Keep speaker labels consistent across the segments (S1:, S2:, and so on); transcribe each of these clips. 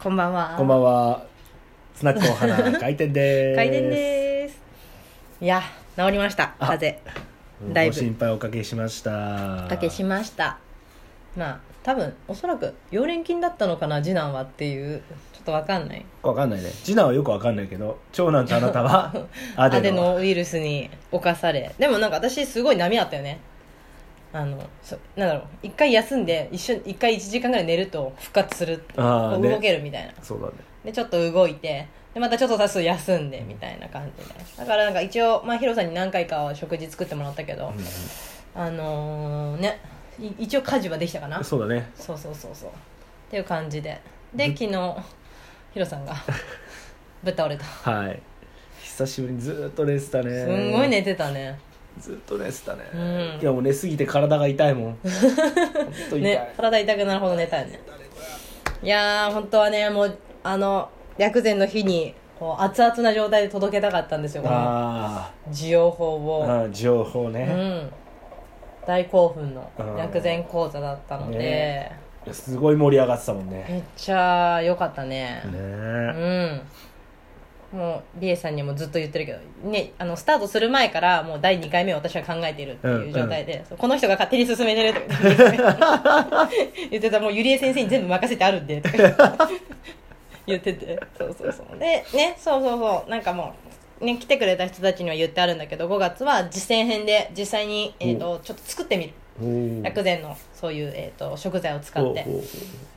S1: こんばんは。
S2: こんばんは。スナックお花 開店です。
S1: 回転です。いや、治りました。
S2: あ
S1: 風邪。
S2: うん
S1: だいぶ
S2: ご心配おかけしました。
S1: おかけしました。まあ、多分、おそらく、溶連菌だったのかな、次男はっていう。ちょっとわかんない。
S2: わかんないね。次男はよくわかんないけど、長男とあな たはア
S1: ア
S2: デ
S1: デ
S2: ノ。
S1: ノウイルスに侵され。でもなんか私、すごい波あったよね。あの、そなんだろう。一回休んで、一緒一回一時間ぐらい寝ると復活する。
S2: あ
S1: こ
S2: あ
S1: う
S2: ね
S1: 動けるみたいな。
S2: そうだね。
S1: でちょっと動いてでまたちょっと多数休んでみたいな感じでだからなんか一応、まあ、ヒロさんに何回かは食事作ってもらったけど、あのーねい一応家事はできたかなそ
S2: そうだね。
S1: うそうそうそうっていう感じでで昨日ヒロさ んがぶっ倒れた
S2: はい。久しぶりにずーっと寝てたね。
S1: すんごい。寝てたね
S2: ずーっと寝てたね。
S1: うん
S2: いやもう寝すぎて体が痛い もん。ほんと痛い。
S1: ね体痛くなるほど寝たよねいやー本当はねもうあの薬膳の日にこう熱々な状態で届けたかったんですよこの
S2: あ
S1: 需要法
S2: ー
S1: を
S2: あー、情報ね。
S1: うん、大興奮の
S2: うん
S1: 薬膳講座だったので、
S2: ねいやすごい盛り上がってたもんね。
S1: めっちゃ良かったね
S2: ね
S1: うんもうリエさんにもずっと言ってるけど、ね、あのスタートする前からもう第2回目を私は考えているっていう状態で、そうこの人が勝手に進めてるとか言って 言ってたもうゆりえ先生に全部任せてあるんでとか言っててそうそうそうでねそうそうそうなんかもう、ね、来てくれた人たちには言ってあるんだけど5月は実践編で実際に、えー、とちょっと作ってみる
S2: おー
S1: 薬膳のそういう、えー、と食材を使って
S2: おーおー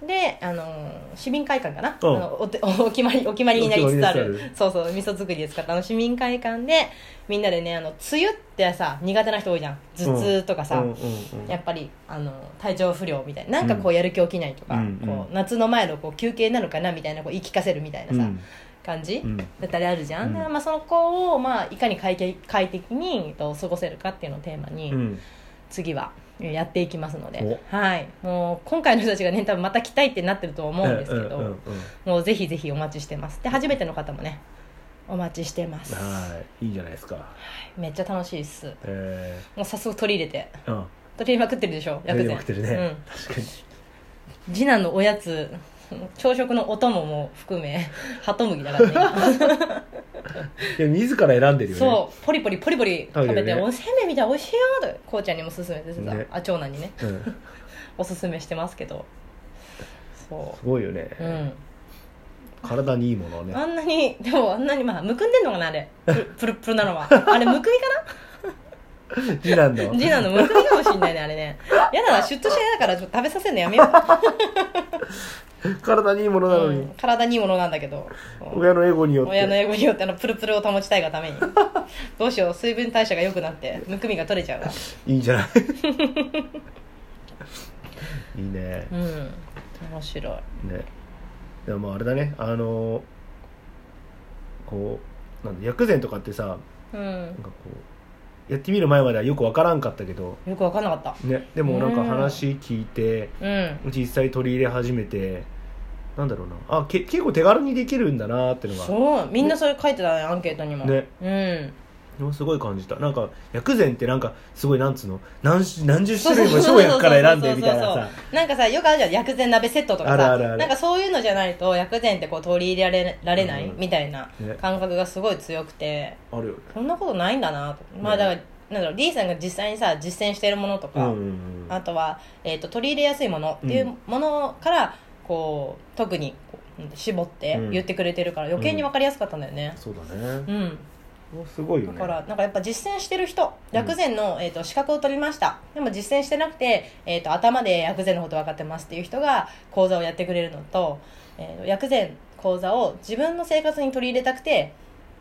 S2: おー
S1: で、あのー市民会館かな、
S2: うん
S1: あのお手 おお決まりお決まりになりつつあ
S2: お決まり
S1: る
S2: になり
S1: そうそう味噌作りで使ったあの市民会館でみんなでねあの梅雨ってさ苦手な人多いじゃん頭痛とかさ、
S2: うんうんうん
S1: やっぱりあの体調不良みたいななんかこうやる気起きないとか、
S2: うん
S1: こ
S2: う
S1: う夏の前のこう休憩なのかなみたいなこう言い聞かせるみたいなさ、
S2: うん
S1: 感じ、
S2: うん
S1: だったりあるじゃん、
S2: うん
S1: だからまあ、その子を、まあ、いかに快適快適に、えっと、過ごせるかっていうのをテーマに、
S2: うん
S1: 次はえーやっていきますので、はい、もう今回の人たちがね多分また来たいってなってると思うんですけど、
S2: うんうんうんうん
S1: もうぜひぜひお待ちしてますで初めての方もねお待ちしてます、
S2: はいいいじゃないですか
S1: めっちゃ楽しいっす
S2: え
S1: もう早速取り入れて
S2: ー、うん
S1: 取り入れまくってるでしょ薬
S2: 取り入れ
S1: 膳
S2: まくってるね、確かに
S1: うん、次男のおやつ朝食のお供も含めハトムギだからね
S2: いや自ら選んでるよね
S1: そうポリポリポリポリ食べ
S2: 食べ
S1: て「
S2: るよね
S1: おせんべいみたい美味しいよ」ってこうちゃんにも勧めてさ、
S2: ね
S1: あ長男にね
S2: う、ん、す
S1: おすすめしてますけどそ
S2: ごいよね、
S1: ううん
S2: 体にいいものをね
S1: あんなにでもあんなにまあむくんでんのかなあ れプルプルプルなのはあれむくみか
S2: 次男の
S1: な次男のむくみかもしんないねあれねやだなシュッとしないだからちょっと食べさせるのやめよう、
S2: 体にいいものなのに、
S1: うん体にいいものなんだけどそう
S2: 親のエゴによって
S1: 親の英語によってあのプルプルを保ちたいがためにどうしよう水分代謝が良くなってむくみが取れちゃうわ
S2: いいんじゃないいいね
S1: うん面白い
S2: ねでもまああれだねあのこうなんだ薬膳とかってさ
S1: う
S2: なん
S1: ん
S2: かこうやってみる前まではよくわからんかったけど
S1: よく分かんなかった
S2: ね、でもなん
S1: う
S2: か
S1: ん
S2: 話聞いて、
S1: うん
S2: 実際取り入れ始めてなんだろうなあけ結構手軽にできるんだなってのが
S1: そうみんなそれ書いてたねアンケートにも
S2: ね
S1: うん
S2: でもすごい感じたなんか薬膳ってなんかすごいなんつうの何種何十
S1: そう
S2: 種
S1: そう
S2: 類
S1: そ
S2: も
S1: うそう
S2: 生薬から選んでみたいなさ
S1: なんかさよくあるじゃん薬膳鍋セットとかさ
S2: あるあるある
S1: なんかそういうのじゃないと薬膳ってこう取り入れられられない、
S2: うん
S1: みたいな
S2: ね
S1: 感覚がすごい強くて
S2: あるよね
S1: そんなことないんだなと、まあだからなんだろう D さんが実際にさ実践してるものと
S2: う
S1: か、
S2: んうんうん
S1: あとは、えー、と取り入れやすいものっていうものからこう特にこううん絞って
S2: うん
S1: 言ってくれてるから余計に分かりやすかったんだよね
S2: そうだね
S1: うん、
S2: すごいよ
S1: だ
S2: ね
S1: からなんかやっぱ実践してる人薬膳の、えー、と資格を取りましたでも実践してなくて、えー、と頭で薬膳のこと分かってますっていう人が講座をやってくれるのと、えー薬膳講座を自分の生活に取り入れたくて、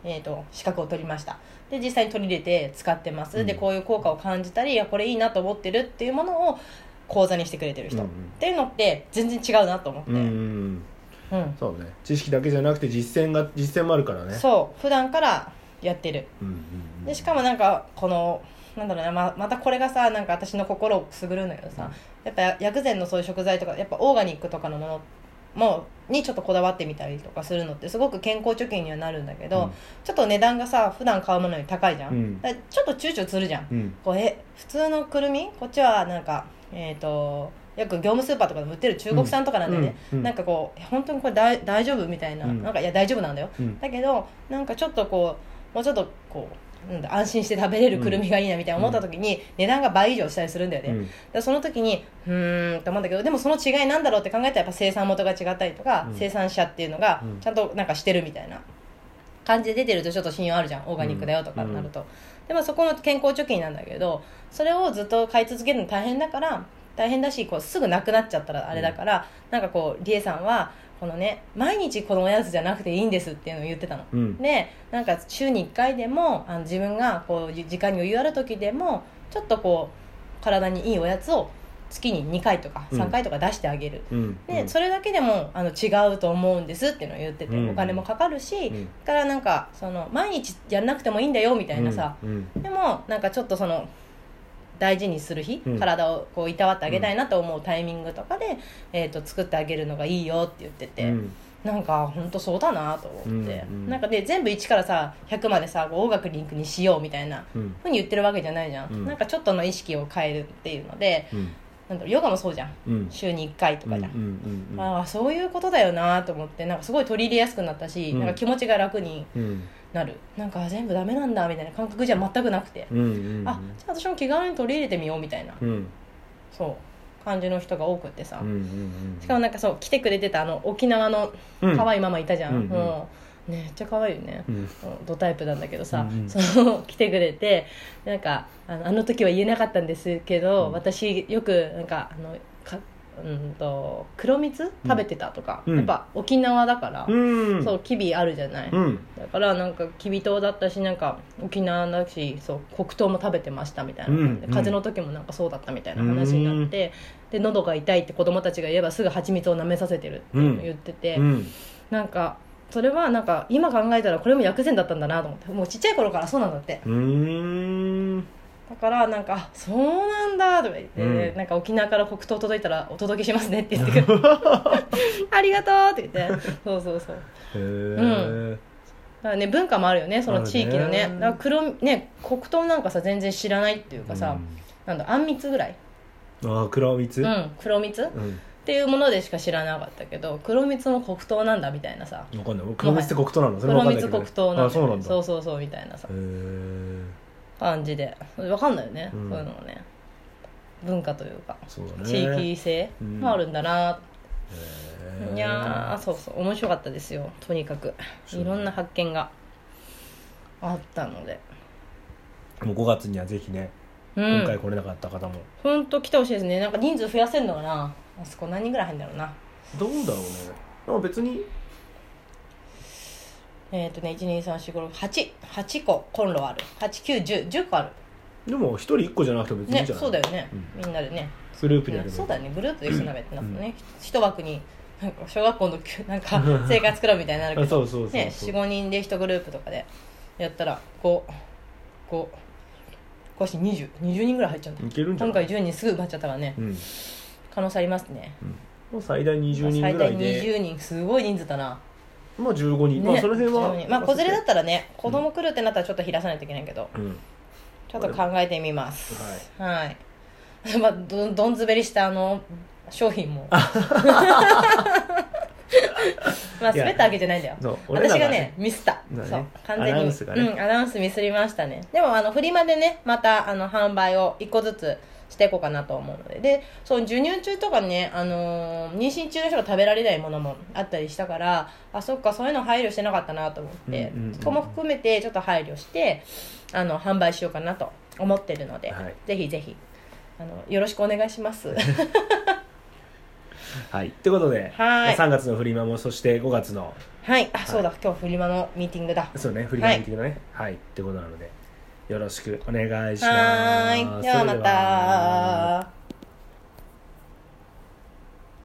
S1: えー、と資格を取りましたで実際に取り入れて使ってます、で
S2: うん
S1: こういう効果を感じたりいやこれいいなと思ってるっていうものを講座にしてくれてる人、
S2: うんうん
S1: っていうのって全然違うなと思って、
S2: うんうんうん
S1: うん
S2: そうね知識だけじゃなくて実践が実践もあるからね
S1: そう普段からやってる
S2: うんうんうん
S1: でしかもなんかこのなんだろうなままたこれがさなんか私の心をくすぐるんだけどさやっぱ薬膳のそういう食材とかやっぱオーガニックとかのものもにちょっとこだわってみたりとかするのってすごく健康貯金にはなるんだけど、
S2: うん
S1: ちょっと値段がさ普段買うものより高いじゃん、
S2: うん
S1: だからちょっと躊躇するじゃん、
S2: うん
S1: こうえ普通のくるみこっちはなんかえっ、とよく業務スーパーとかでも売ってる中国産とかなんでね、
S2: うんうん
S1: なんかこう本当にこれ大大丈夫みたいな,、
S2: うん
S1: なんかいや大丈夫なんだよ
S2: うん
S1: だけどなんかちょっとこうもうちょっとこうなんだ安心して食べれるくるみがいいなみたいな思った時に、値段が倍以上したりするんだよね、
S2: うん
S1: でその時にうーんと思うんだけどでもその違いなんだろうって考えたらやっぱ生産元が違ったりとか、
S2: うん
S1: 生産者っていうのが
S2: うん
S1: ちゃんとなんかしてるみたいな感じで出てるとちょっと信用あるじゃんオーガニックだよとかになると、でもそこの健康貯金なんだけどそれをずっと買い続けるの大変だから大変だしこうすぐなくなっちゃったらあれだから、なんかこう理恵さんはこのね毎日このおやつじゃなくていいんですっていうのを言ってたの。
S2: うん
S1: でなんか週に1回でもあの自分がこうじ時間に余裕ある時でもちょっとこう体にいいおやつを月に2回とか
S2: うん
S1: 3回とか出してあげる、
S2: うん
S1: でそれだけでもあの違うと思うんですっていうのを言ってて、
S2: うん
S1: お金もかかるし、
S2: うん
S1: だからなんかその毎日やらなくてもいいんだよみたいなさ、
S2: うんうん
S1: でもなんかちょっとその大事にする日、
S2: うん
S1: 体をこういたわってあげたいなと思うタイミングとかで、えー、と作ってあげるのがいいよって言ってて。
S2: うん
S1: なんか本当そうだなと思って、
S2: うんうん
S1: なんかで全部1からさ100までさこう音楽リンクにしようみたいな
S2: うん
S1: ふうに言ってるわけじゃないじゃん、
S2: うん
S1: なんかちょっとの意識を変えるっていうので
S2: うん
S1: なんだろうヨガもそうじゃん
S2: うん
S1: 週に1回とかじゃん、
S2: うんうんうん
S1: ああそういうことだよなと思ってなんかすごい取り入れやすくなったし、
S2: うん
S1: なんか気持ちが楽に
S2: うん
S1: なるなんか全部ダメなんだみたいな感覚じゃ全くなくて、
S2: うんうんうん
S1: あじゃあ私も気軽に取り入れてみようみたいな、
S2: うん
S1: そう感じの人が多くってさ、
S2: うんうんうん
S1: しかもなんかそう来てくれてたあの沖縄の
S2: うん
S1: 可愛いママいたじゃん、
S2: うんうん
S1: もうねめっちゃ可愛いよね、
S2: うん
S1: ドタイプなんだけどさ、
S2: うんうん
S1: その来てくれてなんかあのあの時は言えなかったんですけど、
S2: うん
S1: 私よくなんかあのかうんと黒蜜食べてたとか、
S2: うん
S1: やっぱ沖縄だから、
S2: うん
S1: そうキビあるじゃない、
S2: うん
S1: だからなんかきび糖だったしなんか沖縄だしそう黒糖も食べてましたみたいな感じで、
S2: うん
S1: 風邪の時もなんかそうだったみたいな話になって、で喉が痛いって子供たちが言えばすぐ蜂蜜を舐めさせてるっていうのを言ってて、
S2: うん
S1: なんかそれはなんか今考えたらこれも薬膳だったんだなと思ってもうちっちゃい頃からそうなんだって
S2: うーん
S1: だからなんかあ「そうなんだ」とか言って、
S2: うん
S1: なんか沖縄から黒糖届いたらお届けしますねって言って くるありがとうって言ってそうそうそう
S2: へ
S1: う
S2: え
S1: だからね文化もあるよねその地域のね
S2: あるね
S1: だから黒ね黒糖なんかさ全然知らないっていうかさ、なんだあんみつぐらい、
S2: ああ黒蜜
S1: うん、黒蜜っ
S2: うん
S1: ていうものでしか知らなかったけど黒蜜も黒糖なんだみたいなさ
S2: わかんない黒蜜って黒糖なのそれわ
S1: 黒
S2: かんない
S1: 蜜
S2: けど
S1: 黒糖なんだ
S2: あそうなんだ
S1: そうそうそうみたいなさ
S2: へえ
S1: 感じで分かんないよね、
S2: うん
S1: そういうのもね文化というか
S2: そうだね
S1: 地域性
S2: うん
S1: もあるんだな、
S2: へえ
S1: いやーそうそう面白かったですよとにかく
S2: そう
S1: いろんな発見があったので、
S2: もう5月にはぜひね
S1: う
S2: 今回
S1: ん、
S2: 来れなかった方も
S1: ほんと来てほしいですねなんか人数増やせんのかなあそこ何人ぐらい入るんだろうな
S2: どうだろうねあ別に
S1: えっ、とね1 2 3 4 5 6 8 8個コンロある89101 0個ある
S2: でも一人一個じゃなくても別にいい
S1: ね
S2: じゃない
S1: そうだよね、
S2: う
S1: みんなでね
S2: グループでやればいい
S1: そうだよねグループで一緒に鍋ってなった
S2: う
S1: ね、一枠になんか小学校のきゅなんか生活クラブみたいになるけ
S2: あ
S1: ど
S2: そうそうそうそう
S1: ね45人で一グループとかでやったら5 5こうして2020人ぐらい入っちゃうんだ
S2: いけるんじゃ
S1: 今
S2: ない
S1: 回10人すぐ埋まっちゃったからね
S2: うん
S1: 可能性ありますね
S2: もう最大20人
S1: 最
S2: ぐら
S1: 大
S2: いで
S1: 20人すごい人数だな、
S2: まあ15人まあ
S1: ね
S2: その辺
S1: 非常
S2: は
S1: にまあ子連れだったらね
S2: う
S1: 子
S2: ん
S1: 供来るってなったらちょっと減らさないといけないけど、
S2: うん
S1: ちょっと考えてみますはい、まあどどんずべりしたあの商品も まあ滑ったわけじゃないんだよ
S2: そう俺ら
S1: 私
S2: が
S1: がねミスった、
S2: だね
S1: そう完全
S2: ア
S1: に
S2: ナウンスがね
S1: うん、アナウンスミスりましたねでもあのフリマでねまたあの販売を一個ずつしていこうかなと思うのででそう授乳中とかね、あのー妊娠中の人が食べられないものもあったりしたからあそっかそういうの配慮してなかったなと思って、
S2: うんうんうん
S1: そこも含めてちょっと配慮してあの販売しようかなと思ってるので、
S2: はい
S1: ぜひぜひあのよろしくお願いします
S2: はいってことで
S1: はい
S2: 3月のフリマもそして5月の
S1: はいあ、そうだ今日フリマのミーティングだ
S2: そうね、振り返り的なね。はい、ってことなので、よろしくお願いします。
S1: はーいではま
S2: それでは
S1: た